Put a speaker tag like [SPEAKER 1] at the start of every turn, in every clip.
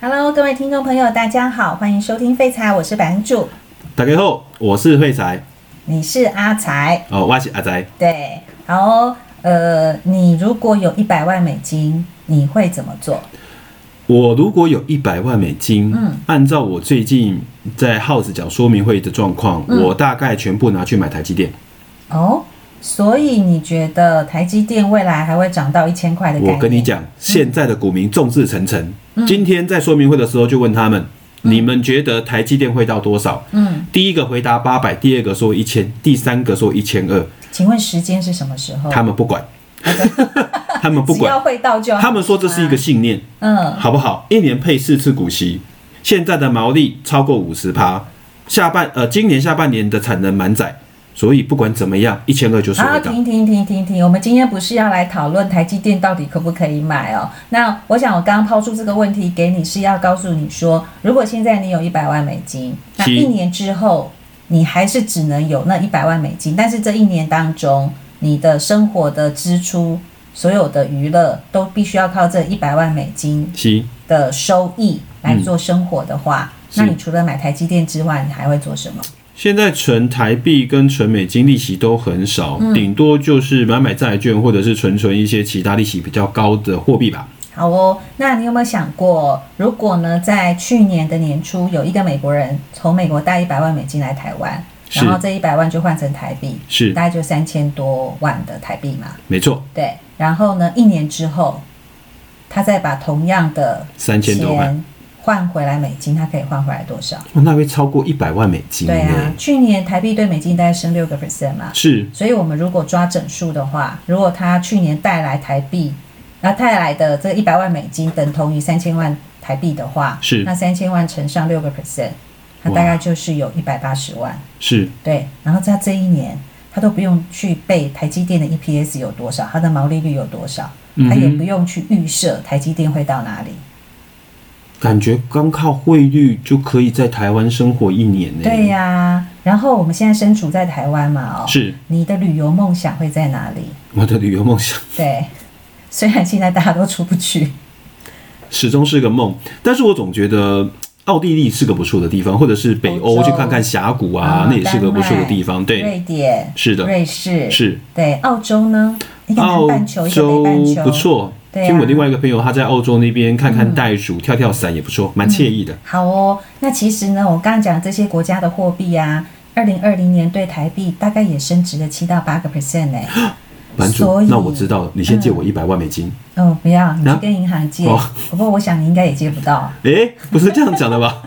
[SPEAKER 1] Hello，各位听众朋友，大家好，欢迎收听废材，我是版主，
[SPEAKER 2] 大家好，我是慧才，
[SPEAKER 1] 你是阿才，
[SPEAKER 2] 哦，我是阿宅，
[SPEAKER 1] 对，然后呃，你如果有一百万美金，你会怎么做？
[SPEAKER 2] 我如果有一百万美金，
[SPEAKER 1] 嗯
[SPEAKER 2] 按照我最近在 House 讲说明会的状况，
[SPEAKER 1] 嗯
[SPEAKER 2] 我大概全部拿去买台积电，
[SPEAKER 1] 哦，所以你觉得台积电未来还会涨到一千块的概念？
[SPEAKER 2] 我跟你，讲，现在的股民众志成城。
[SPEAKER 1] 嗯
[SPEAKER 2] 今天在说明会的时候就问他们，你们觉得台积电会到多少？
[SPEAKER 1] 嗯，
[SPEAKER 2] 第一个回答八百，第二个说一千，第三个说一千二，
[SPEAKER 1] 请问时间是什么时候？
[SPEAKER 2] 他们不 管，他们不
[SPEAKER 1] 只要
[SPEAKER 2] 管，
[SPEAKER 1] 会到就好。
[SPEAKER 2] 他们说这是一个信念，
[SPEAKER 1] 嗯，
[SPEAKER 2] 好不好？一年配四次股息，现在的毛利超过五十趴，下半呃今年下半年的产能满载，所以不管怎么样，一千二就是
[SPEAKER 1] 好，
[SPEAKER 2] 味道。
[SPEAKER 1] 停停停停停，我们今天不是要来讨论台积电到底可不可以买哦？那我想我刚刚抛出这个问题给你，是要告诉你说，如果现在你有一百万美金，那
[SPEAKER 2] 是
[SPEAKER 1] 一年之后你还是只能有那一百万美金，但是这一年当中，你的生活的支出。所有的娱乐都必须要靠这一百万美金
[SPEAKER 2] 七，
[SPEAKER 1] 的收益来做生活的话，
[SPEAKER 2] 嗯是
[SPEAKER 1] 那你除了买台积电之外，你还会做什么？
[SPEAKER 2] 现在存台币跟存美金利息都很少，
[SPEAKER 1] 嗯
[SPEAKER 2] 顶、多就是买买债券或者是存存一些其他利息比较高的货币吧。
[SPEAKER 1] 好哦，那你有没有想过，如果呢，在去年的年初，有一个美国人从美国带一百万美金来台湾，
[SPEAKER 2] 是
[SPEAKER 1] 然后这一百万就换成台币，
[SPEAKER 2] 是，
[SPEAKER 1] 大概就三千多万的台币嘛，
[SPEAKER 2] 没错，
[SPEAKER 1] 对。然后呢，一年之后，他再把同样的
[SPEAKER 2] 三千多万，
[SPEAKER 1] 钱换回来美金，他可以换回来多少？
[SPEAKER 2] 哦、那会超过一百万美金呢、
[SPEAKER 1] 对啊，去年台币对美金大概升六个 percent 嘛，
[SPEAKER 2] 是
[SPEAKER 1] 所以我们如果抓整数的话，如果他去年带来台币，那带来的这一百万美金等同于三千万台币的话，
[SPEAKER 2] 是
[SPEAKER 1] 那三千万乘上六个 percent，它
[SPEAKER 2] 哇
[SPEAKER 1] 大概就是有一百八十万。
[SPEAKER 2] 是，
[SPEAKER 1] 对，然后在这一年，他都不用去背台积电的 EPS 有多少，它的毛利率有多少，
[SPEAKER 2] 嗯
[SPEAKER 1] 他也不
[SPEAKER 2] 哼，
[SPEAKER 1] 用去预设台积电会到哪里。
[SPEAKER 2] 感觉光靠汇率就可以在台湾生活一年呢、
[SPEAKER 1] 对、呀、然后我们现在身处在台湾嘛，哦，
[SPEAKER 2] 是。
[SPEAKER 1] 你的旅游梦想会在哪里？
[SPEAKER 2] 我的旅游梦想
[SPEAKER 1] 对，虽然现在大家都出不去。
[SPEAKER 2] 始终是个梦，但是我总觉得奥地利是个不错的地方，或者是北
[SPEAKER 1] 欧
[SPEAKER 2] 欧
[SPEAKER 1] 洲
[SPEAKER 2] 去看看峡谷
[SPEAKER 1] 啊
[SPEAKER 2] 啊，那也是个不错的地方。
[SPEAKER 1] 瑞
[SPEAKER 2] 对，
[SPEAKER 1] 典、
[SPEAKER 2] 是的，
[SPEAKER 1] 瑞士，
[SPEAKER 2] 是
[SPEAKER 1] 对，澳洲呢，一个南
[SPEAKER 2] 澳
[SPEAKER 1] 半球，一个
[SPEAKER 2] 洲
[SPEAKER 1] 北半球，
[SPEAKER 2] 不。错。
[SPEAKER 1] 对啊
[SPEAKER 2] 听我另外一个朋友，他在澳洲那边看看袋鼠、跳跳伞也不错，蛮惬意的。
[SPEAKER 1] 好哦，那其实呢，我刚刚讲这些国家的货币啊，二零二零年对台币大概也升值了七到八个 percent 呢。
[SPEAKER 2] 版
[SPEAKER 1] 所
[SPEAKER 2] 主
[SPEAKER 1] 以，
[SPEAKER 2] 啊
[SPEAKER 1] 嗯
[SPEAKER 2] 那我知道了，你先借我一百万美金。
[SPEAKER 1] 哦，不要，你去
[SPEAKER 2] 啊
[SPEAKER 1] 跟银行借。
[SPEAKER 2] 哦
[SPEAKER 1] 不过我想你应该也借不到。
[SPEAKER 2] 诶，不是这样讲的吧？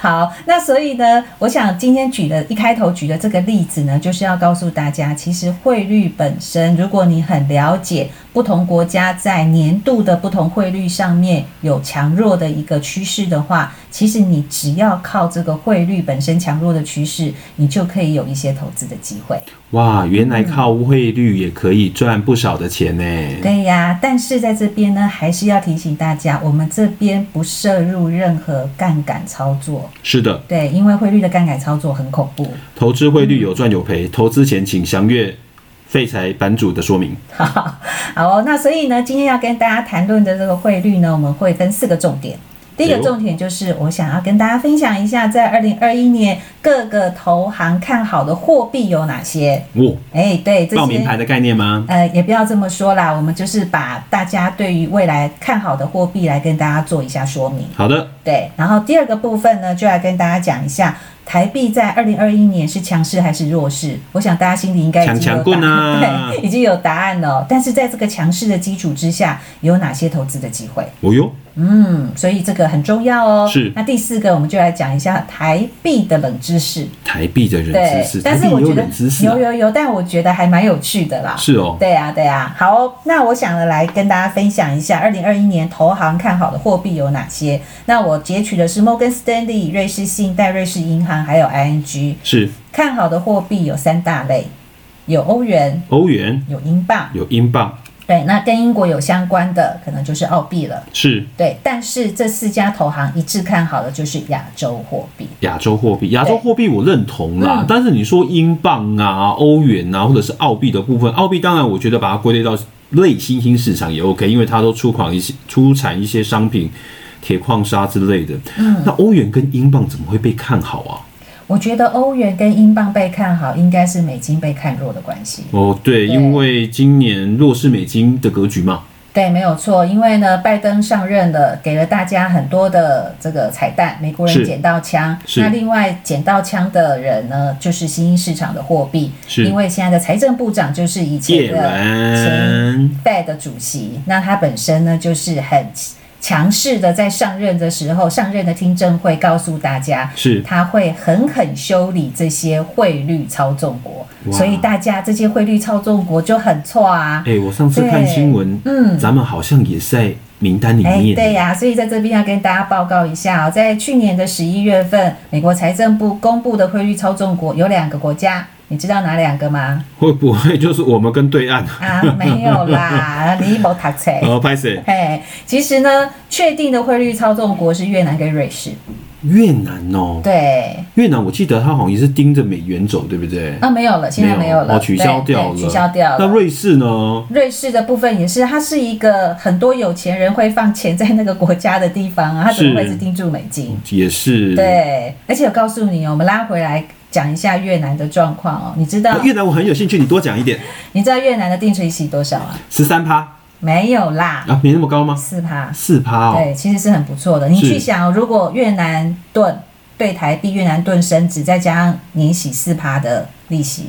[SPEAKER 1] 好，那所以呢，我想今天举的一开头举的这个例子呢，就是要告诉大家，其实汇率本身，如果你很了解不同国家在年度的不同汇率上面有强弱的一个趋势的话，其实你只要靠这个汇率本身强弱的趋势，你就可以有一些投资的机会。
[SPEAKER 2] 哇，原来靠汇率也可以赚不少的钱呢。
[SPEAKER 1] 对呀，但是在这边呢，还是要提醒大家，我们这边不摄入任何杠杆操作。
[SPEAKER 2] 是的，
[SPEAKER 1] 对，因为汇率的杠杆操作很恐怖。
[SPEAKER 2] 投资汇率有赚有
[SPEAKER 1] 嗯
[SPEAKER 2] 赔，投资前请详阅废柴版主的说明。
[SPEAKER 1] 好， 好哦，那所以呢，今天要跟大家谈论的这个汇率呢，我们会分四个重点。第一个
[SPEAKER 2] 哎呦
[SPEAKER 1] 重点就是，我想要跟大家分享一下，在二零二一年各个投行看好的货币有哪些。
[SPEAKER 2] 哇，
[SPEAKER 1] 哎，对，这
[SPEAKER 2] 报名牌
[SPEAKER 1] 些
[SPEAKER 2] 的概念吗？
[SPEAKER 1] 呃，也不要这么说啦，我们就是把大家对于未来看好的货币来跟大家做一下说明。
[SPEAKER 2] 好的，
[SPEAKER 1] 对，然后第二个部分呢，就来跟大家讲一下台币在二零二一年是强势还是弱势。我想大家心里应该已经有答
[SPEAKER 2] 强强棍啊
[SPEAKER 1] 对，已 经有答案了。哦但是在这个强势的基础之下，有哪些投资的机会？
[SPEAKER 2] 哦哟，
[SPEAKER 1] 嗯，所以这个很重要哦。
[SPEAKER 2] 是
[SPEAKER 1] 那第四个，我们就来讲一下台币的冷知识。
[SPEAKER 2] 台币的冷
[SPEAKER 1] 对
[SPEAKER 2] 知识，，台
[SPEAKER 1] 但是
[SPEAKER 2] 币
[SPEAKER 1] 我
[SPEAKER 2] 也有
[SPEAKER 1] 觉得
[SPEAKER 2] 冷知识、啊
[SPEAKER 1] 有，有有，但我觉得还蛮有趣的啦。
[SPEAKER 2] 是哦，
[SPEAKER 1] 对呀、对呀、好哦、那我想呢，来跟大家分享一下二零二一年投行看好的货币有哪些。那我截取的是摩根士丹利、瑞士信贷、瑞士银行还有 ING
[SPEAKER 2] 是
[SPEAKER 1] 看好的货币有三大类，有欧元，
[SPEAKER 2] 欧元
[SPEAKER 1] 有英镑，
[SPEAKER 2] 有英镑，
[SPEAKER 1] 对，那跟英国有相关的可能就是澳币了，
[SPEAKER 2] 是
[SPEAKER 1] 对。但是这四家投行一致看好的就是亚洲货币。
[SPEAKER 2] 亚洲货币，亚洲货币我认同啦
[SPEAKER 1] 嗯，
[SPEAKER 2] 但是你说英镑啊、欧元啊，或者是澳币的部分，澳币当然我觉得把它归类到类新兴市场也 OK，因为它都出款一些出产一些商品。铁矿砂之类的。
[SPEAKER 1] 嗯，
[SPEAKER 2] 那欧元跟英镑怎么会被看好啊？
[SPEAKER 1] 我觉得欧元跟英镑被看好，应该是美金被看弱的关系。
[SPEAKER 2] 哦，
[SPEAKER 1] 对
[SPEAKER 2] 对，因为今年弱势美金的格局嘛，
[SPEAKER 1] 对，没有错，因为呢，拜登上任了，给了大家很多的这个彩蛋，美国人
[SPEAKER 2] 是
[SPEAKER 1] 捡到枪。
[SPEAKER 2] 是
[SPEAKER 1] 那另外捡到枪的人呢，就是新兴市场的货币，
[SPEAKER 2] 是
[SPEAKER 1] 因为现在的财政部长就是以前
[SPEAKER 2] 叶
[SPEAKER 1] 的
[SPEAKER 2] 然
[SPEAKER 1] Fed 的主席，那他本身呢就是很强势的，在上任的时候，上任的听证会告诉大家，
[SPEAKER 2] 是
[SPEAKER 1] 他会狠狠修理这些汇率操纵国，
[SPEAKER 2] 哇
[SPEAKER 1] 所以大家这些汇率操纵国就很错啊。
[SPEAKER 2] 哎、我上次看新闻，
[SPEAKER 1] 嗯，
[SPEAKER 2] 咱们好像也在名单里
[SPEAKER 1] 哎，
[SPEAKER 2] 面。
[SPEAKER 1] 对呀、所以在这边要跟大家报告一下哦，在去年的十一月份，美国财政部公布的汇率操纵国有两个国家，你知道哪两个吗？
[SPEAKER 2] 会不会就是我们跟对岸？
[SPEAKER 1] 啊，没有啦，你没读册。
[SPEAKER 2] 呃，拍谁？
[SPEAKER 1] 嘿，其实呢，确定的汇率操纵国是越南跟瑞士。
[SPEAKER 2] 越南哦，
[SPEAKER 1] 对，
[SPEAKER 2] 越南我记得它好像也是盯着美元走，对不对？
[SPEAKER 1] 啊，没有了，现在没有了，
[SPEAKER 2] 哦，取消
[SPEAKER 1] 对
[SPEAKER 2] 掉了，
[SPEAKER 1] 对取消掉
[SPEAKER 2] 那
[SPEAKER 1] 了。
[SPEAKER 2] 瑞士呢？
[SPEAKER 1] 瑞士的部分也是，它是一个很多有钱人会放钱在那个国家的地方啊，它怎么会
[SPEAKER 2] 是
[SPEAKER 1] 只盯住美金？
[SPEAKER 2] 也是。
[SPEAKER 1] 对，而且我告诉你哦，我们拉回来讲一下越南的状况哦。你知道
[SPEAKER 2] 啊，越南我很有兴趣，你多讲一点。
[SPEAKER 1] 你知道越南的定存息多少啊？
[SPEAKER 2] 十三趴
[SPEAKER 1] 没有啦，
[SPEAKER 2] 啊，没那么高吗？
[SPEAKER 1] 四趴。
[SPEAKER 2] 四趴哦。
[SPEAKER 1] 对，其实是很不错的。你
[SPEAKER 2] 是
[SPEAKER 1] 去想哦、如果越南盾对台币越南盾升值，再加上年息四趴的利息，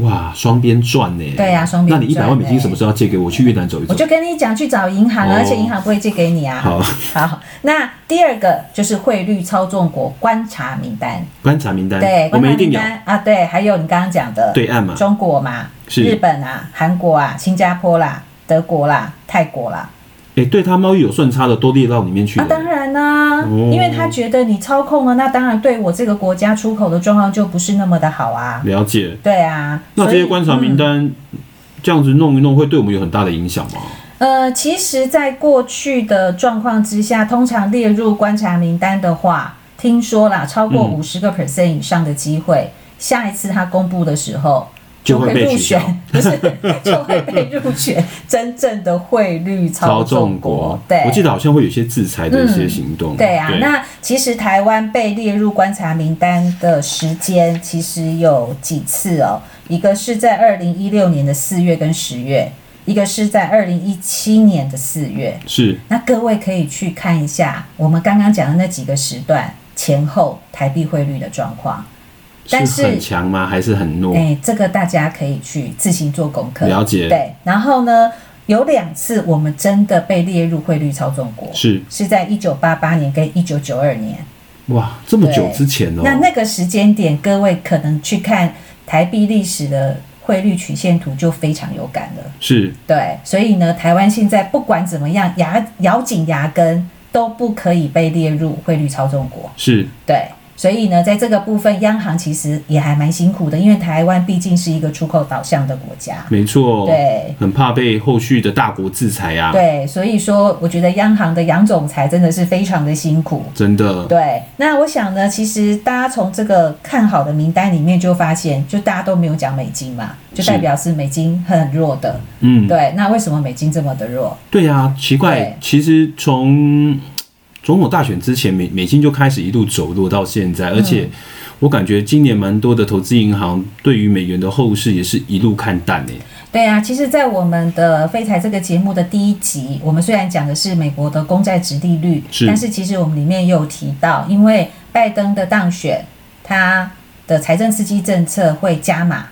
[SPEAKER 2] 哇，双边赚呢？
[SPEAKER 1] 对啊双边赚
[SPEAKER 2] 那你一百万美金什么时候要借给我去越南走一
[SPEAKER 1] 我
[SPEAKER 2] 走？
[SPEAKER 1] 就跟你讲去找银行了，
[SPEAKER 2] 哦
[SPEAKER 1] 而且银行不会借给你啊。
[SPEAKER 2] 好，
[SPEAKER 1] 好，那第二个就是汇率操纵国观察名单，
[SPEAKER 2] 观察名单，
[SPEAKER 1] 对，
[SPEAKER 2] 我
[SPEAKER 1] 观
[SPEAKER 2] 们
[SPEAKER 1] 察
[SPEAKER 2] 一
[SPEAKER 1] 名
[SPEAKER 2] 定有
[SPEAKER 1] 单啊，对，还有你刚刚讲的
[SPEAKER 2] 对岸嘛，
[SPEAKER 1] 中国嘛、
[SPEAKER 2] 啊是
[SPEAKER 1] 日本啊、韩国啊、新加坡啦、德国啦、泰国啦，
[SPEAKER 2] 哎，对他贸易有顺差的都列到里面去
[SPEAKER 1] 啊，当
[SPEAKER 2] 了。
[SPEAKER 1] 然啦、
[SPEAKER 2] 哦
[SPEAKER 1] 因为他觉得你操控了，那当然对我这个国家出口的状况就不是那么的好啊。
[SPEAKER 2] 了解。
[SPEAKER 1] 对啊，
[SPEAKER 2] 那这
[SPEAKER 1] 所以
[SPEAKER 2] 些观察名、单这样子弄一弄，会对我们有很大的影响吗？
[SPEAKER 1] 嗯呃，其实，在过去的状况之下，通常列入观察名单的话，听说啦，超
[SPEAKER 2] 嗯
[SPEAKER 1] 过五十个 percent 以上的机会，下一次他公布的时候。
[SPEAKER 2] 就会
[SPEAKER 1] 会
[SPEAKER 2] 被
[SPEAKER 1] 入
[SPEAKER 2] 取消
[SPEAKER 1] 选， 不是就会被入选真正的汇率操
[SPEAKER 2] 操
[SPEAKER 1] 纵
[SPEAKER 2] 纵
[SPEAKER 1] 国
[SPEAKER 2] 国。，
[SPEAKER 1] 对，
[SPEAKER 2] 我记得好像会有一些制裁的一些
[SPEAKER 1] 嗯
[SPEAKER 2] 行动。
[SPEAKER 1] 对啊，那其实台湾被列入观察名单的时间其实有几次哦，一个是在二零一六年的四月跟十月，一个是在二零一七年的四月。
[SPEAKER 2] 是
[SPEAKER 1] 那各位可以去看一下我们刚刚讲的那几个时段前后台币汇率的状况。但是
[SPEAKER 2] 是很强吗？还是很弱？
[SPEAKER 1] 哎，这个大家可以去自行做功课。
[SPEAKER 2] 了解
[SPEAKER 1] 对，然后呢，有两次我们真的被列入汇率操纵国，
[SPEAKER 2] 是
[SPEAKER 1] 是在一九八八年跟一九九二年。
[SPEAKER 2] 哇，这么久
[SPEAKER 1] 对
[SPEAKER 2] 之前哦。
[SPEAKER 1] 那那个时间点，各位可能去看台币历史的汇率曲线图就非常有感了。
[SPEAKER 2] 是
[SPEAKER 1] 对，所以呢，台湾现在不管怎么样，牙咬紧牙根都不可以被列入汇率操纵国。
[SPEAKER 2] 是
[SPEAKER 1] 对，所以呢，在这个部分，央行其实也还蛮辛苦的，因为台湾毕竟是一个出口导向的国家。
[SPEAKER 2] 没错。
[SPEAKER 1] 对
[SPEAKER 2] 很怕被后续的大国制裁啊。
[SPEAKER 1] 对，所以说，我觉得央行的杨总裁真的是非常的辛苦。
[SPEAKER 2] 真的。
[SPEAKER 1] 对，那我想呢，其实大家从这个看好的名单里面就发现，就大家都没有讲美金嘛，就代表是美金很弱的。
[SPEAKER 2] 嗯，
[SPEAKER 1] 对，那为什么美金这么的弱？
[SPEAKER 2] 对呀、奇怪
[SPEAKER 1] 对，
[SPEAKER 2] 其实从总统大选之前，美美金就开始一路走弱到现
[SPEAKER 1] 嗯
[SPEAKER 2] 在，而且我感觉今年蛮多的投资银行对于美元的后市也是一路看淡欸诶、
[SPEAKER 1] 对啊，其实，在我们的《废材》这个节目的第一集，我们虽然讲的是美国的公债值利率，
[SPEAKER 2] 是
[SPEAKER 1] 但是其实我们里面也有提到，因为拜登的当选，他的财政刺激政策会加码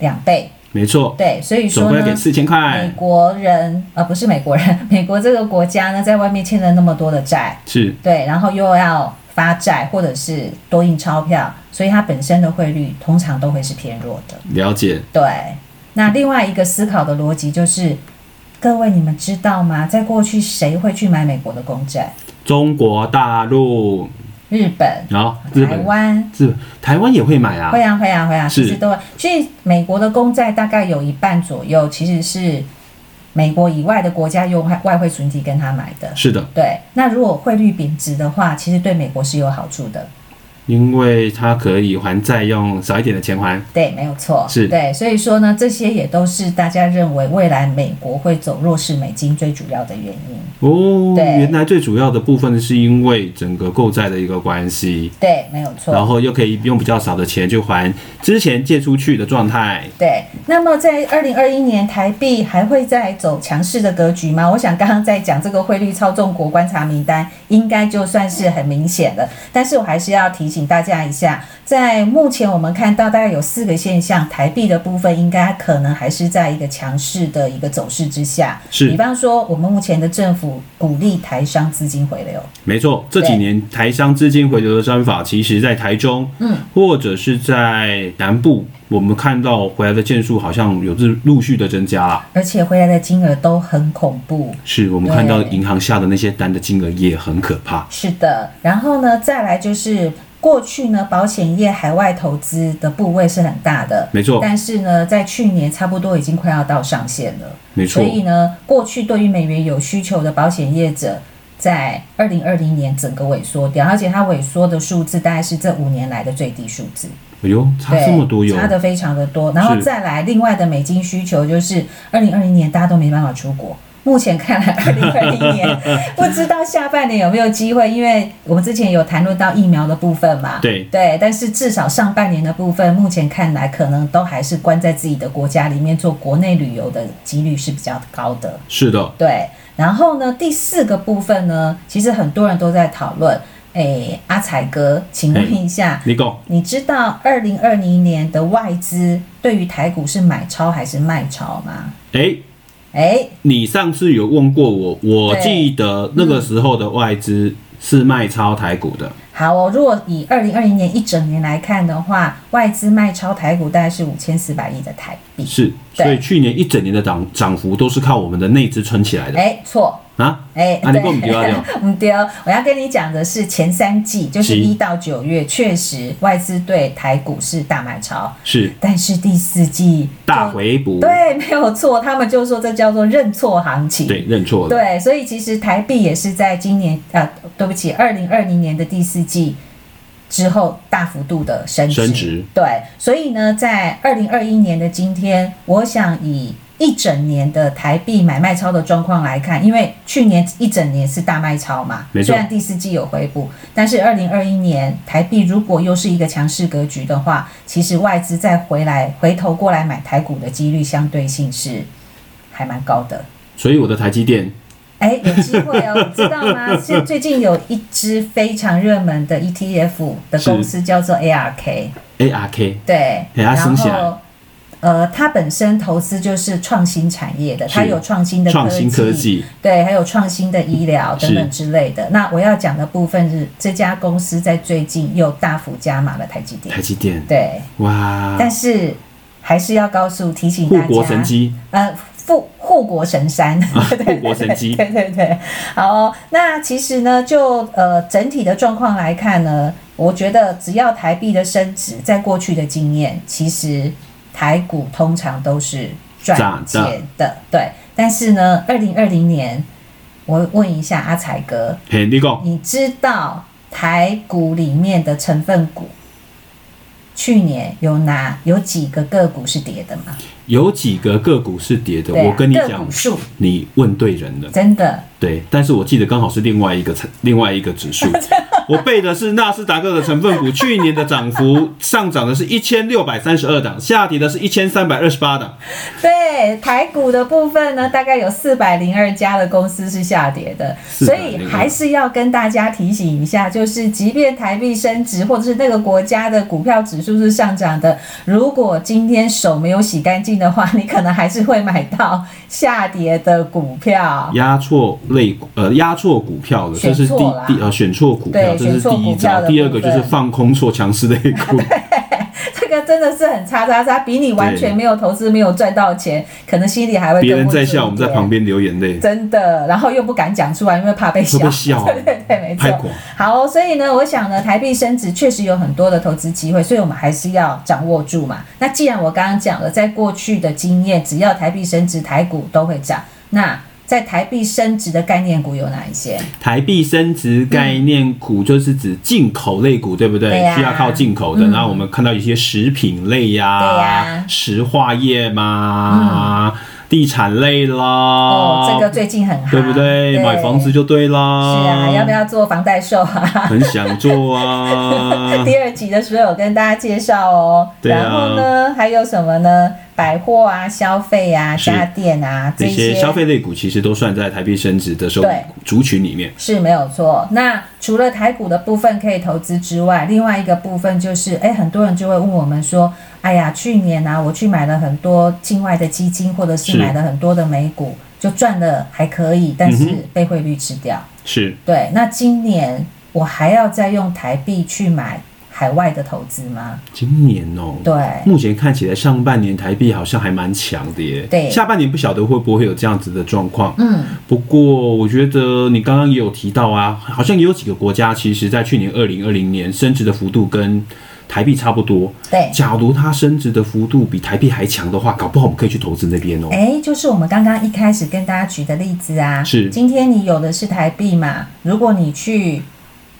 [SPEAKER 1] 两倍，
[SPEAKER 2] 没错，
[SPEAKER 1] 对，所以
[SPEAKER 2] 总
[SPEAKER 1] 说
[SPEAKER 2] 共要
[SPEAKER 1] 呢，嗯
[SPEAKER 2] 给四千
[SPEAKER 1] 美
[SPEAKER 2] 块，
[SPEAKER 1] 国人呃不是美国人， 美国这个国家呢，在外面欠了那么多的债，
[SPEAKER 2] 是
[SPEAKER 1] 对，然后又要发债或者是多印钞票，所以它本身的汇率通常都会是偏弱的。
[SPEAKER 2] 了解。
[SPEAKER 1] 对，那另外一个思考的逻辑就是，各位你们知道吗？在过去谁会去买美国的公债？
[SPEAKER 2] 中国大陆，
[SPEAKER 1] 日本、
[SPEAKER 2] 然后日
[SPEAKER 1] 台
[SPEAKER 2] 本，
[SPEAKER 1] 湾。
[SPEAKER 2] 日本台湾也会买啊
[SPEAKER 1] 会，啊会啊会啊，
[SPEAKER 2] 是
[SPEAKER 1] 其实都会。其实美国的公债大概有一半左右，其实是美国以外的国家用外外汇存底跟他买的。
[SPEAKER 2] 是的，
[SPEAKER 1] 对，那如果汇率贬值的话，其实对美国是有好处的。
[SPEAKER 2] 因为它可以还债，用少一点的钱还。
[SPEAKER 1] 对，没有错，
[SPEAKER 2] 是
[SPEAKER 1] 对，所以说呢，这些也都是大家认为未来美国会走弱势美金最主要的原因。
[SPEAKER 2] 哦，
[SPEAKER 1] 对
[SPEAKER 2] 原来最主要的部分是因为整个购债的一个关系，
[SPEAKER 1] 对，没有错。
[SPEAKER 2] 然后又可以用比较少的钱去还之前借出去的状态。
[SPEAKER 1] 对，那么在二零二一年，台币还会再走强势的格局吗？我想刚刚在讲这个汇率操纵国观察名单，应该就算是很明显了。但是我还是要提醒大家一下，在目前我们看到大概有四个现象，台币的部分应该可能还是在一个强势的一个走势之下。
[SPEAKER 2] 是
[SPEAKER 1] 比方说我们目前的政府鼓励台商资金回流，
[SPEAKER 2] 没错，这几
[SPEAKER 1] 对
[SPEAKER 2] 年台商资金回流的算法，其实在台中，
[SPEAKER 1] 嗯，
[SPEAKER 2] 或者是在南部，我们看到回来的件数好像有陆陆续的增加啦。
[SPEAKER 1] 而且回来的金额都很恐怖。
[SPEAKER 2] 是我们看到
[SPEAKER 1] 对
[SPEAKER 2] 银行下的那些单的金额也很可怕。
[SPEAKER 1] 是的，然后呢，再来就是过去呢，保险业海外投资的部位是很大的，
[SPEAKER 2] 没错，
[SPEAKER 1] 但是呢，在去年差不多已经快要到上限了，
[SPEAKER 2] 没
[SPEAKER 1] 所
[SPEAKER 2] 错，
[SPEAKER 1] 以呢，过去对于美元有需求的保险业者。在二零二零年整个萎缩掉，而且它萎缩的数字大概是这五年来的最低数字，
[SPEAKER 2] 哎呦，差
[SPEAKER 1] 对，
[SPEAKER 2] 这么多哟！
[SPEAKER 1] 差的非常的多。然后
[SPEAKER 2] 是
[SPEAKER 1] 再来另外的美金需求，就是二零二零年大家都没办法出国。目前看 来，二零二零年不知道下半年有没有机会，因为我们之前有谈论到疫苗的部分嘛，
[SPEAKER 2] 对
[SPEAKER 1] 对，但是至少上半年的部分，目前看来可能都还是关在自己的国家里面做国内旅游的几率是比较高的。
[SPEAKER 2] 是的，
[SPEAKER 1] 对，然后呢，第四个部分呢，其实很多人都在讨论，诶，阿才哥，请问一下，
[SPEAKER 2] 你讲
[SPEAKER 1] 你知道二零二零年的外资对于台股是买超还是卖超吗？
[SPEAKER 2] 哎，
[SPEAKER 1] 哎，
[SPEAKER 2] 你上次有问过我，我
[SPEAKER 1] 对
[SPEAKER 2] 记得那个时候的外资是卖超台股的，
[SPEAKER 1] 好哦，如果以二零二零年一整年来看的话，外资卖超台股大概是五千四百亿的台币。
[SPEAKER 2] 是，
[SPEAKER 1] 对
[SPEAKER 2] 所以去年一整年的涨涨幅都是靠我们的内资撑起来的
[SPEAKER 1] 哎，错，
[SPEAKER 2] 啊。
[SPEAKER 1] 哎、
[SPEAKER 2] 啊你不丢啊
[SPEAKER 1] 对，唔丢。 我要跟你讲的是前三季，就是
[SPEAKER 2] 是
[SPEAKER 1] 一到九月，确实外资对台股是大买超，
[SPEAKER 2] 是
[SPEAKER 1] 但是第四季
[SPEAKER 2] 大
[SPEAKER 1] 就
[SPEAKER 2] 回补，
[SPEAKER 1] 对，没有错，他们就说这叫做认错行情。
[SPEAKER 2] 对，认错了，
[SPEAKER 1] 对，所以其实台币也是在今年呃，对不起，二零二零年的第四季之后大幅度的升值。
[SPEAKER 2] 升值
[SPEAKER 1] 对，所以呢，在二零二一年的今天，我想以一整年的台币买卖超的状况来看，因为去年一整年是大卖超嘛
[SPEAKER 2] 没，错
[SPEAKER 1] 虽然第四季有回补，但是二零二一年台币如果又是一个强势格局的话，其实外资再回来回头过来买台股的几率相对性是还蛮高的。
[SPEAKER 2] 所以我的台积电
[SPEAKER 1] 哎，有机会哦，知道吗？是最近有一支非常热门的 ETF 的公司叫做 ARK，
[SPEAKER 2] ARK
[SPEAKER 1] 对，
[SPEAKER 2] 给哎它
[SPEAKER 1] 然
[SPEAKER 2] 升起来
[SPEAKER 1] 后呃，它本身投资就是创新产业的，
[SPEAKER 2] 是
[SPEAKER 1] 它有创新的
[SPEAKER 2] 创新科技，
[SPEAKER 1] 对，还有创新的医疗
[SPEAKER 2] 是
[SPEAKER 1] 等等之类的。那我要讲的部分是，这家公司在最近又大幅加码了台积电
[SPEAKER 2] 台，积电，
[SPEAKER 1] 对，
[SPEAKER 2] 哇，
[SPEAKER 1] 但是还是要告诉提醒大
[SPEAKER 2] 护
[SPEAKER 1] 家，
[SPEAKER 2] 国神机，
[SPEAKER 1] 呃，护护国神山，
[SPEAKER 2] 啊护国神机
[SPEAKER 1] 对对对，好哦、那其实呢，就呃整体的状况来看呢，我觉得只要台币的升值，在过去的经验，其实台股通常都是赚
[SPEAKER 2] 涨的
[SPEAKER 1] 钱的，对。但是呢，二零二零年，我问一下阿才哥，
[SPEAKER 2] 嘿，你讲
[SPEAKER 1] 你知道台股里面的成分股，去年有哪有几个个股是跌的吗？
[SPEAKER 2] 有几个个股是跌的，
[SPEAKER 1] 对啊
[SPEAKER 2] 我跟你
[SPEAKER 1] 个
[SPEAKER 2] 讲
[SPEAKER 1] 股，数
[SPEAKER 2] 你问对人了。
[SPEAKER 1] 真的
[SPEAKER 2] 对，但是我记得刚好是另外一个成另外一个 指数，我背的是纳斯达克的成分股，去年的涨幅上涨的是一千六百三十二档，下跌的是一千三百二十八档，
[SPEAKER 1] 对台股的部分呢，大概有四百零二家的公司是下跌的，
[SPEAKER 2] 402
[SPEAKER 1] 所以还是要跟大家提醒一下，就是即便台币升值，或者是那个国家的股票指数是上涨的，如果今天手没有洗干净的话，你 可能还是会买到下跌的股 票。
[SPEAKER 2] 压错类股呃压错股票了，这是
[SPEAKER 1] 选
[SPEAKER 2] 第
[SPEAKER 1] 错啦
[SPEAKER 2] 第呃选错股票，
[SPEAKER 1] 对
[SPEAKER 2] 这是
[SPEAKER 1] 选错
[SPEAKER 2] 第一
[SPEAKER 1] 股票
[SPEAKER 2] 招，
[SPEAKER 1] 的
[SPEAKER 2] 第二个
[SPEAKER 1] 部
[SPEAKER 2] 就
[SPEAKER 1] 分
[SPEAKER 2] 是放空错强势类 股，
[SPEAKER 1] 这个真的是很叉叉叉，比你完全没有投资、没有赚到钱，可能心里还会
[SPEAKER 2] 别人
[SPEAKER 1] 更不
[SPEAKER 2] 在
[SPEAKER 1] 舒服
[SPEAKER 2] 笑，我们在
[SPEAKER 1] 一点
[SPEAKER 2] 旁边流眼泪，
[SPEAKER 1] 真的，然后又不敢讲出来，因为怕被笑。
[SPEAKER 2] 会被笑啊
[SPEAKER 1] 对 对对，没
[SPEAKER 2] 拍
[SPEAKER 1] 错
[SPEAKER 2] 垮。
[SPEAKER 1] 好，所以呢，我想呢，台币升值确实有很多的投资机会，所以我们还是要掌握住嘛。那既然我刚刚讲了，在过去的经验，只要台币升值，台股都会涨。那在台币升值的概念股有哪一些？
[SPEAKER 2] 台币升值概念股就是指进口类股，对不对？
[SPEAKER 1] 对呀
[SPEAKER 2] 需要靠进口的。
[SPEAKER 1] 嗯
[SPEAKER 2] 然后我们看到一些食品类呀、
[SPEAKER 1] 对呀嗯
[SPEAKER 2] 石化业嘛，地产类啦，
[SPEAKER 1] 哦，这个最近很夯，
[SPEAKER 2] 对不对？嗯买房子就对啦。
[SPEAKER 1] 是啊，要不？要做房贷售啊？
[SPEAKER 2] 很想做啊。
[SPEAKER 1] 第二集的时候有跟大家介绍哦。
[SPEAKER 2] 对啊
[SPEAKER 1] 然后呢，还有什么呢？百货啊、消费啊、
[SPEAKER 2] 是
[SPEAKER 1] 家电啊
[SPEAKER 2] 这
[SPEAKER 1] 这
[SPEAKER 2] 些消费类股其实都算在台币升值的时候
[SPEAKER 1] 对
[SPEAKER 2] 族群里面。
[SPEAKER 1] 是没有错。那除了台股的部分可以投资之外，另外一个部分就是，哎，很多人就会问我们说，哎呀，去年啊，我去买了很多境外的基金，或者是
[SPEAKER 2] 是
[SPEAKER 1] 买了很多的美股，就赚了还可以，但
[SPEAKER 2] 嗯
[SPEAKER 1] 是
[SPEAKER 2] 哼
[SPEAKER 1] 被汇率吃掉。
[SPEAKER 2] 是
[SPEAKER 1] 对，那今年我还要再用台币去买海外的投资吗？
[SPEAKER 2] 今年哦。
[SPEAKER 1] 对，
[SPEAKER 2] 目前看起来上半年台币好像还蛮强的耶，
[SPEAKER 1] 对
[SPEAKER 2] 下半年不晓得会不会有这样子的状况。
[SPEAKER 1] 嗯，
[SPEAKER 2] 不过我觉得你刚刚也有提到啊，好像也有几个国家其实在去年二零二零年升值的幅度跟台币差不多。
[SPEAKER 1] 对。
[SPEAKER 2] 假如它升值的幅度比台币还强的话，搞不好我们可以去投资那边哦。
[SPEAKER 1] 哎，就是我们刚刚一开始跟大家举的例子啊，
[SPEAKER 2] 是
[SPEAKER 1] 今天你有的是台币嘛？如果你去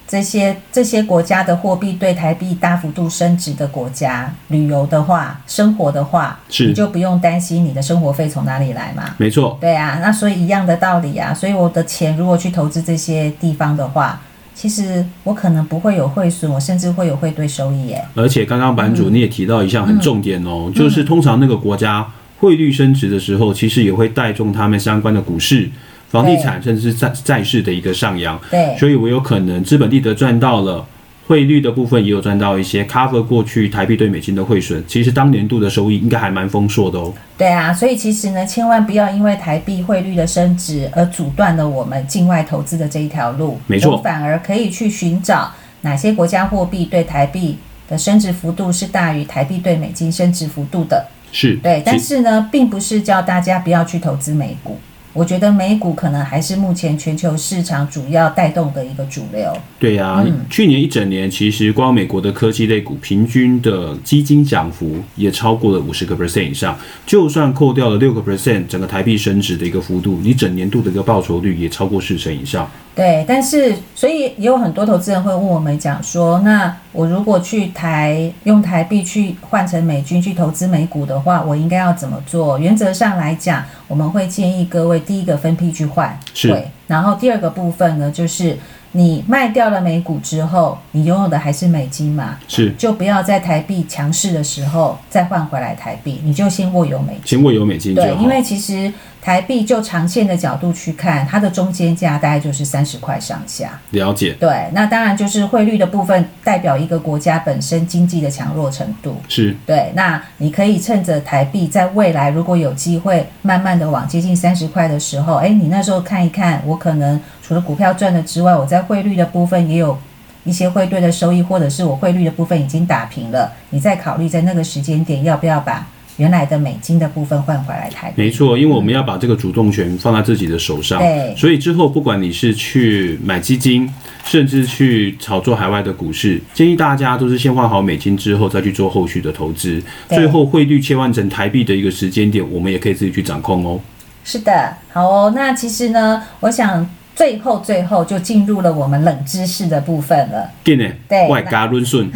[SPEAKER 1] 这些这些国家的货币对台币大幅度升值的国家旅游的话，生活的话，
[SPEAKER 2] 是
[SPEAKER 1] 你就不用担心你的生活费从哪里来嘛。
[SPEAKER 2] 没错，
[SPEAKER 1] 对啊，那所以一样的道理啊，所以我的钱如果去投资这些地方的话，其实我可能不会有汇损，我甚至会有汇兑收益耶。
[SPEAKER 2] 而且刚刚版
[SPEAKER 1] 嗯
[SPEAKER 2] 主你也提到一项很重点哦，就是通常那个国家汇率升值的时候，其实也会带动他们相关的股市、房地产甚至是债债市的一个上扬。
[SPEAKER 1] 对，
[SPEAKER 2] 所以我有可能资本利得赚到了，汇率的部分也有赚到一些 cover 过去台币对美金的汇损，其实当年度的收益应该还蛮丰硕的哦。
[SPEAKER 1] 对啊，所以其实呢，千万不要因为台币汇率的升值而阻断了我们境外投资的这一条路。
[SPEAKER 2] 没错
[SPEAKER 1] 我们反而可以去寻找哪些国家货币对台币的升值幅度是大于台币对美金升值幅度的。
[SPEAKER 2] 是，
[SPEAKER 1] 对，但
[SPEAKER 2] 其
[SPEAKER 1] 是呢，并不是叫大家不要去投资美股。我觉得美股可能还是目前全球市场主要带动的一个主流。
[SPEAKER 2] 对呀、
[SPEAKER 1] 嗯
[SPEAKER 2] 去年一整年其实光美国的科技类股平均的基金涨幅也超过了五十个 percent 以上，就算扣掉了六个 percent 整个台币升值的一个幅度，你整年度的一个报酬率也超过四成以上。
[SPEAKER 1] 对，但是所以也有很多投资人会问我们讲说，那我如果去台用台币去换成美金去投资美股的话，我应该要怎么做？原则上来讲，我们会建议各位第一个分批去换
[SPEAKER 2] 是
[SPEAKER 1] 对，然后第二个部分呢，就是你卖掉了美股之后，你拥有的还是美金嘛，
[SPEAKER 2] 是，
[SPEAKER 1] 就不要在台币强势的时候再换回来台币，你就先握有美金。
[SPEAKER 2] 先握有美金就
[SPEAKER 1] 对，
[SPEAKER 2] 好。
[SPEAKER 1] 因为其实台币就长线的角度去看，它的中间价大概就是三十块上下。
[SPEAKER 2] 了解
[SPEAKER 1] 对，那当然就是汇率的部分代表一个国家本身经济的强弱程度。
[SPEAKER 2] 是
[SPEAKER 1] 对，那你可以趁着台币在未来如果有机会慢慢的往接近三十块的时候，哎，你那时候看一看，我可能除了股票赚了之外，我在汇率的部分也有一些汇兑的收益，或者是我汇率的部分已经打平了，你再考虑在那个时间点要不要把原来的美金的部分换回来台币。
[SPEAKER 2] 没错，因为我们要把这个主动权放在自己的手上，
[SPEAKER 1] 对
[SPEAKER 2] 所以之后不管你是去买基金，甚至去炒作海外的股市，建议大家都是先换好美金之后再去做后续的投资，
[SPEAKER 1] 对
[SPEAKER 2] 最后汇率切换成台币的一个时间点，我们也可以自己去掌控哦。
[SPEAKER 1] 是的，好哦。那其实呢，我想最后最后就进入了我们冷知识的部分了。
[SPEAKER 2] 对呢，
[SPEAKER 1] 对
[SPEAKER 2] 外加润顺，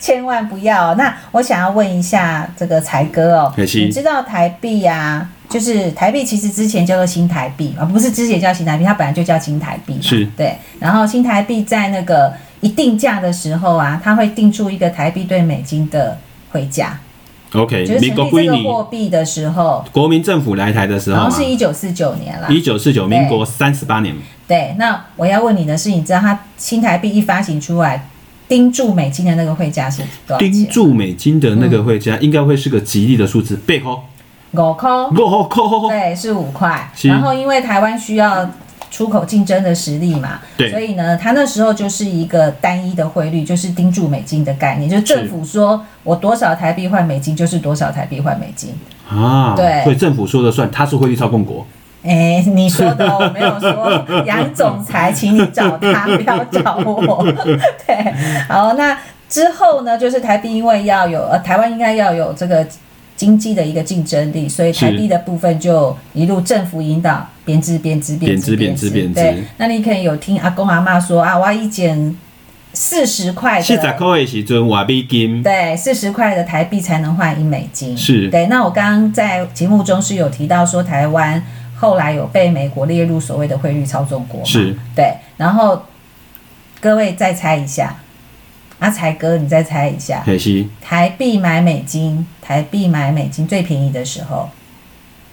[SPEAKER 1] 千万不要哦。那我想要问一下这个才哥哦，
[SPEAKER 2] 可惜
[SPEAKER 1] 你知道台币啊，就是台币其实之前叫做新台币啊，不是之前叫新台币，它本来就叫新台币嘛。
[SPEAKER 2] 是
[SPEAKER 1] 对。然后新台币在那个一定价的时候啊，它会定出一个台币对美金的汇价，
[SPEAKER 2] OK，
[SPEAKER 1] 就是
[SPEAKER 2] 民国
[SPEAKER 1] 成立
[SPEAKER 2] 归
[SPEAKER 1] 这个
[SPEAKER 2] 你，
[SPEAKER 1] 货币的时候，
[SPEAKER 2] 国民政府来台的时
[SPEAKER 1] 好
[SPEAKER 2] 候
[SPEAKER 1] 像
[SPEAKER 2] 嘛
[SPEAKER 1] 是，一九四九年啦。
[SPEAKER 2] 一九四九，民国三十八年，
[SPEAKER 1] 对，那我要问你的是，你知道它新台币一发行出来，盯住美金的那个汇价是多少钱？
[SPEAKER 2] 盯住美金的那个汇价，应该会是个吉利的数字，背后，
[SPEAKER 1] 五块，
[SPEAKER 2] 扣扣扣扣，
[SPEAKER 1] 对，是五块。
[SPEAKER 2] 是
[SPEAKER 1] 然后因为台湾需要出口竞争的实力嘛，
[SPEAKER 2] 对
[SPEAKER 1] 所以呢，它那时候就是一个单一的汇率，就是盯住美金的概念，就是政府说我多少台币换美金，就是多少台币换美金。
[SPEAKER 2] 啊，
[SPEAKER 1] 对
[SPEAKER 2] 所以政府说了算，它是汇率操控国。
[SPEAKER 1] 哎，你说的哦我没有说，杨总裁，请你找他，不要找 我。对，好，那之后呢，就是台币因为要有，呃，台湾应该要有这个经济的一个竞争力，所以台币的部分就一路政府引导贬值、贬值、贬值、
[SPEAKER 2] 贬值贬值贬值
[SPEAKER 1] 对，那你可能有听阿公阿妈说啊，我要一减四十块
[SPEAKER 2] 四十
[SPEAKER 1] 的，
[SPEAKER 2] 块的时阵外币金，
[SPEAKER 1] 对，四十块的台币才能换一美金。
[SPEAKER 2] 是
[SPEAKER 1] 对。那我刚刚在节目中是有提到说，台湾后来有被美国列入所谓的汇率操纵国嘛？
[SPEAKER 2] 是
[SPEAKER 1] 对，然后各位再猜一下，阿才哥，你再猜一下，
[SPEAKER 2] 还是
[SPEAKER 1] 台币买美金，台币买美金最便宜的时候，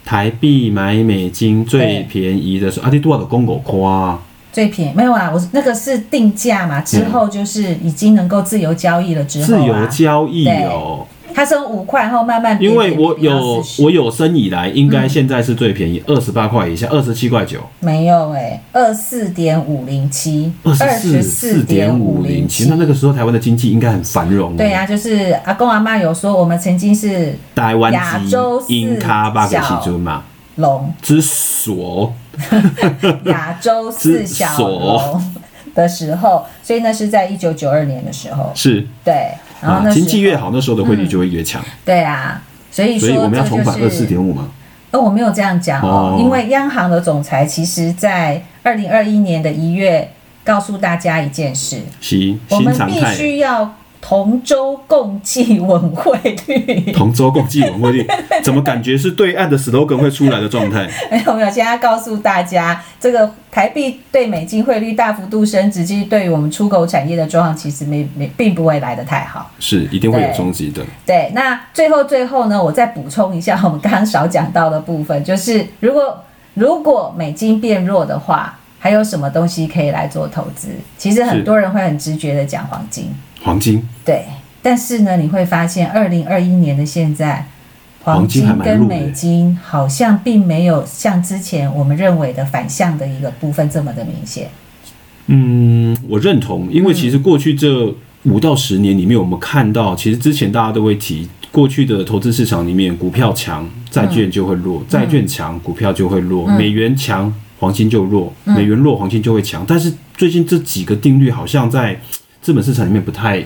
[SPEAKER 2] 台币买美金最便宜的时候，啊，你多少都公狗夸啊？
[SPEAKER 1] 最便宜没有啊，我那个是定价嘛，之后就是已经能够自由交易了之后、啊，
[SPEAKER 2] 嗯自由交易哦，
[SPEAKER 1] 它从五块后慢慢
[SPEAKER 2] 因
[SPEAKER 1] 变
[SPEAKER 2] 为
[SPEAKER 1] 变
[SPEAKER 2] 我
[SPEAKER 1] 变到
[SPEAKER 2] 有
[SPEAKER 1] 40
[SPEAKER 2] 我有生以来，应该现在是最便宜，二十八块以下，二十七块九，
[SPEAKER 1] 没有哎、二四点五零七，
[SPEAKER 2] 二十四点五零七。那那个时候台湾的经济应该很繁荣哦，
[SPEAKER 1] 对呀、就是阿公阿妈有说，我们曾经是
[SPEAKER 2] 台湾
[SPEAKER 1] 亚
[SPEAKER 2] 籍
[SPEAKER 1] 洲四
[SPEAKER 2] 英卡巴个时阵嘛，
[SPEAKER 1] 龙，
[SPEAKER 2] 之所
[SPEAKER 1] 亚洲四小龙的时候，所以那是在一九九二年的时候，
[SPEAKER 2] 是
[SPEAKER 1] 对，然后
[SPEAKER 2] 啊
[SPEAKER 1] 那，时
[SPEAKER 2] 经济越
[SPEAKER 1] 候
[SPEAKER 2] 好，那时候的汇率就会越强，
[SPEAKER 1] 对啊，所以说
[SPEAKER 2] 所以我们要
[SPEAKER 1] 这
[SPEAKER 2] 重返
[SPEAKER 1] 就
[SPEAKER 2] 二
[SPEAKER 1] 是
[SPEAKER 2] 四点五嘛，
[SPEAKER 1] 呃，我没有这样讲哦，
[SPEAKER 2] 哦
[SPEAKER 1] 因为央行的总裁其实在二零二一年的一月告诉大家一件事，
[SPEAKER 2] 是
[SPEAKER 1] 我
[SPEAKER 2] 新
[SPEAKER 1] 们
[SPEAKER 2] 常
[SPEAKER 1] 必
[SPEAKER 2] 态。
[SPEAKER 1] 须要同舟共济 稳汇率。
[SPEAKER 2] 同舟共济 文汇率，怎么感觉是对岸的 slogan 会出来的状态？
[SPEAKER 1] 没有没有，现在告诉大家，这个台币对美金汇率大幅度升值，其实对于我们出口产业的状况，其实没没并不会来得太好。
[SPEAKER 2] 是一定会有冲击的。
[SPEAKER 1] 对，那最后最后呢，我再补充一下我们刚刚少讲到的部分，就是如果如果美金变弱的话，还有什么东西可以来做投资？其实很
[SPEAKER 2] 是
[SPEAKER 1] 多人会很直觉的讲黄金，
[SPEAKER 2] 黄金
[SPEAKER 1] 对，但是呢，你会发现二零二一年的现在。黄
[SPEAKER 2] 黄金还
[SPEAKER 1] 金
[SPEAKER 2] 蛮
[SPEAKER 1] 跟
[SPEAKER 2] 弱的
[SPEAKER 1] 美金好像并没有像之前我们认为的反向的一个部分这么的明显。
[SPEAKER 2] 嗯，我认同，因为其实过去这五到十年里面，我们看到，其实之前大家都会提，过去的投资市场里面，股票强，债券就会
[SPEAKER 1] 嗯
[SPEAKER 2] 弱；债券强，股票就会弱；美元强，黄金就弱；
[SPEAKER 1] 嗯
[SPEAKER 2] 美元弱，黄金就会强。但是最近这几个定律好像在资本市场里面不太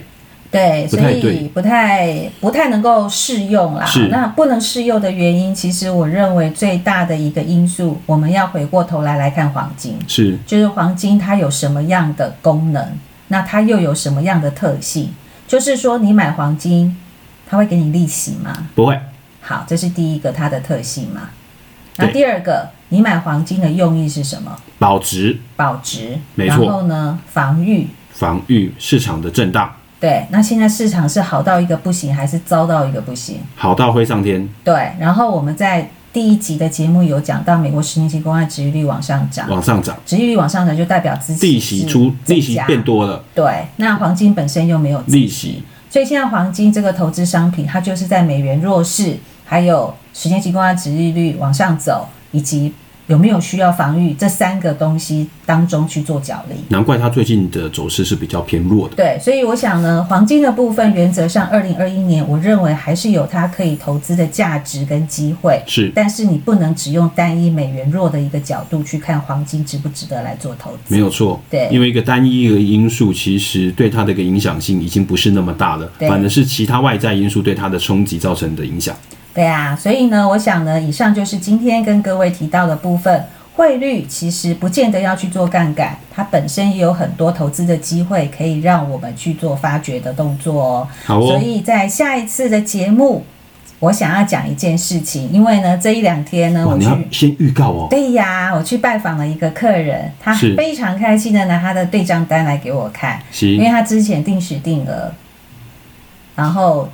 [SPEAKER 1] 对，
[SPEAKER 2] 不
[SPEAKER 1] 所
[SPEAKER 2] 太
[SPEAKER 1] 以
[SPEAKER 2] 对
[SPEAKER 1] 不太不太能够适用啦
[SPEAKER 2] 是。
[SPEAKER 1] 那不能适用的原因，其实我认为最大的一个因素，我们要回过头来来看黄金，
[SPEAKER 2] 是
[SPEAKER 1] 就是黄金它有什么样的功能，那它又有什么样的特性？就是说，你买黄金，它会给你利息吗？
[SPEAKER 2] 不会。
[SPEAKER 1] 好，这是第一个它的特性嘛。那
[SPEAKER 2] 对
[SPEAKER 1] 第二个，你买黄金的用意是什么？
[SPEAKER 2] 保值、
[SPEAKER 1] 保值，
[SPEAKER 2] 没
[SPEAKER 1] 然
[SPEAKER 2] 错
[SPEAKER 1] 后呢，防御，
[SPEAKER 2] 防御市场的震荡，
[SPEAKER 1] 对，那现在市场是好到一个不行，还是糟到一个不行？
[SPEAKER 2] 好到会上天，
[SPEAKER 1] 对，然后我们在第一集的节目有讲到，美国十年期公债殖利率往上涨，
[SPEAKER 2] 往上涨。
[SPEAKER 1] 殖利率往上涨就代表资金
[SPEAKER 2] 利息出利息变。多了，
[SPEAKER 1] 对，那黄金本身又没有资
[SPEAKER 2] 利息
[SPEAKER 1] 所以现在黄金这个投资商品，它就是在美元弱势，还有十年期公债殖利率往上走，以及有没有需要防御这三个东西当中去做角力。
[SPEAKER 2] 难怪它最近的走势是比较偏弱的。
[SPEAKER 1] 对，所以我想呢，黄金的部分原则上，二零二一年我认为还是有它可以投资的价值跟机会。
[SPEAKER 2] 是
[SPEAKER 1] 但是你不能只用单一美元弱的一个角度去看黄金值不值得来做投资。
[SPEAKER 2] 没有错，
[SPEAKER 1] 对
[SPEAKER 2] 因为一个单一一个因素，其实对它的一个影响性已经不是那么大了，
[SPEAKER 1] 对
[SPEAKER 2] 反而是其他外在因素对它的冲击造成的影响。
[SPEAKER 1] 对啊，所以呢，我想呢，以上就是今天跟各位提到的部分。汇率其实不见得要去做杠杆，它本身也有很多投资的机会，可以让我们去做发掘的动作哦。
[SPEAKER 2] 好哦
[SPEAKER 1] 所以在下一次的节目，我想要讲一件事情，因为呢，这一两天呢，
[SPEAKER 2] 哇，
[SPEAKER 1] 我
[SPEAKER 2] 你
[SPEAKER 1] 去
[SPEAKER 2] 要先预告哦，
[SPEAKER 1] 对呀，我去拜访了一个客人，他
[SPEAKER 2] 是
[SPEAKER 1] 非常开心的拿他的对账单来给我看，因为
[SPEAKER 2] 行，
[SPEAKER 1] 他之前定时定额，然后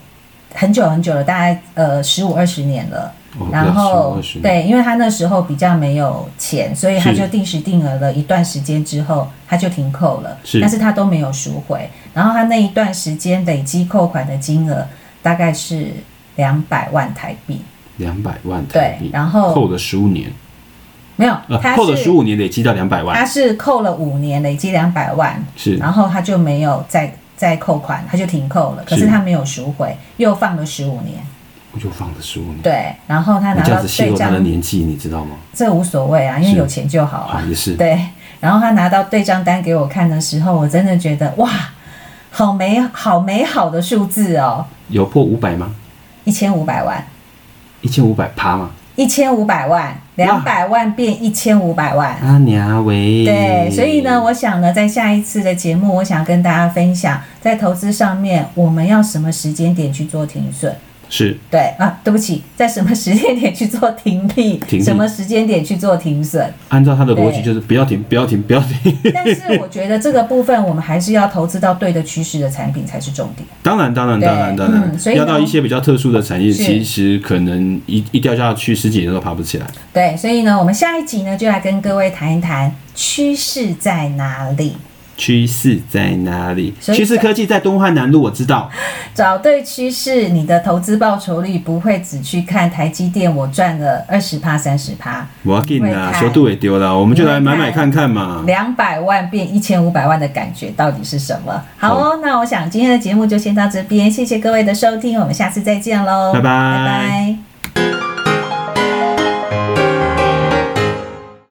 [SPEAKER 1] 很久很久了，大概呃十五二十年了。
[SPEAKER 2] 哦
[SPEAKER 1] 然后
[SPEAKER 2] 20年
[SPEAKER 1] 对，因为他那时候比较没有钱，所以他
[SPEAKER 2] 是
[SPEAKER 1] 就定时定额了一段时间之后，他就停扣了，
[SPEAKER 2] 是
[SPEAKER 1] 但是他都没有赎回。然后他那一段时间累积扣款的金额大概是两百万台币，
[SPEAKER 2] 两百万台币
[SPEAKER 1] 对，然后
[SPEAKER 2] 扣了十五年，
[SPEAKER 1] 没有，
[SPEAKER 2] 呃
[SPEAKER 1] 他，是
[SPEAKER 2] 扣了十五年累积到两百万，
[SPEAKER 1] 他是扣了五年，累积两百万，
[SPEAKER 2] 是
[SPEAKER 1] 然后他就没有再再扣款，他就停扣了。可是
[SPEAKER 2] 是
[SPEAKER 1] 他没有赎回，又放了十五年。
[SPEAKER 2] 我就放了十五年。
[SPEAKER 1] 对，然后他
[SPEAKER 2] 你
[SPEAKER 1] 拿
[SPEAKER 2] 这
[SPEAKER 1] 到
[SPEAKER 2] 样子泄
[SPEAKER 1] 对
[SPEAKER 2] 露他
[SPEAKER 1] 账
[SPEAKER 2] 的，年纪，你知道吗？
[SPEAKER 1] 这无所谓啊，因为
[SPEAKER 2] 是
[SPEAKER 1] 有钱就好啊
[SPEAKER 2] 啊，。也是，
[SPEAKER 1] 对，然后他拿到对账单给我看的时候，我真的觉得哇，好美好美好的数字哦，
[SPEAKER 2] 有破五百吗？
[SPEAKER 1] 一千五百万。
[SPEAKER 2] 一千五百趴嘛，
[SPEAKER 1] 一千五百万，两百万变一千五百万。
[SPEAKER 2] 啊娘喂！
[SPEAKER 1] 对，所以呢，我想呢，在下一次的节目，我想跟大家分享，在投资上面，我们要什么时间点去做停损？
[SPEAKER 2] 是
[SPEAKER 1] 对啊，对不起，在什么时间点去做停 利？
[SPEAKER 2] 停利
[SPEAKER 1] 什么时间点去做停损？
[SPEAKER 2] 按照他的逻
[SPEAKER 1] 对
[SPEAKER 2] 辑就是不要停，不要停，不要停。
[SPEAKER 1] 但是我觉得这个部分，我们还是要投资到对的趋势的产品才是重点。
[SPEAKER 2] 当然，当然，
[SPEAKER 1] 对
[SPEAKER 2] 当然，当然
[SPEAKER 1] 嗯，所以呢
[SPEAKER 2] 要到一些比较特殊的产业，
[SPEAKER 1] 是
[SPEAKER 2] 其实可能一一掉下去十几年都爬不起来。
[SPEAKER 1] 对，所以呢，我们下一集呢，就来跟各位谈一谈趋势在哪里，
[SPEAKER 2] 趋势在哪里？
[SPEAKER 1] 所以
[SPEAKER 2] 趋势科技在东汉南路，我知道。
[SPEAKER 1] 找对趋势，你的投资报酬率不会只去看台积电，我赚了二十趴、三十趴，
[SPEAKER 2] 我要进
[SPEAKER 1] 不会
[SPEAKER 2] 啦，
[SPEAKER 1] 看
[SPEAKER 2] 小度也丢了，我们就来买买看看嘛。
[SPEAKER 1] 两百万变一千五百万的感觉到底是什么？好哦，那我想今天的节目就先到这边，谢谢各位的收听，我们下次再见喽，
[SPEAKER 2] 拜拜
[SPEAKER 1] 拜拜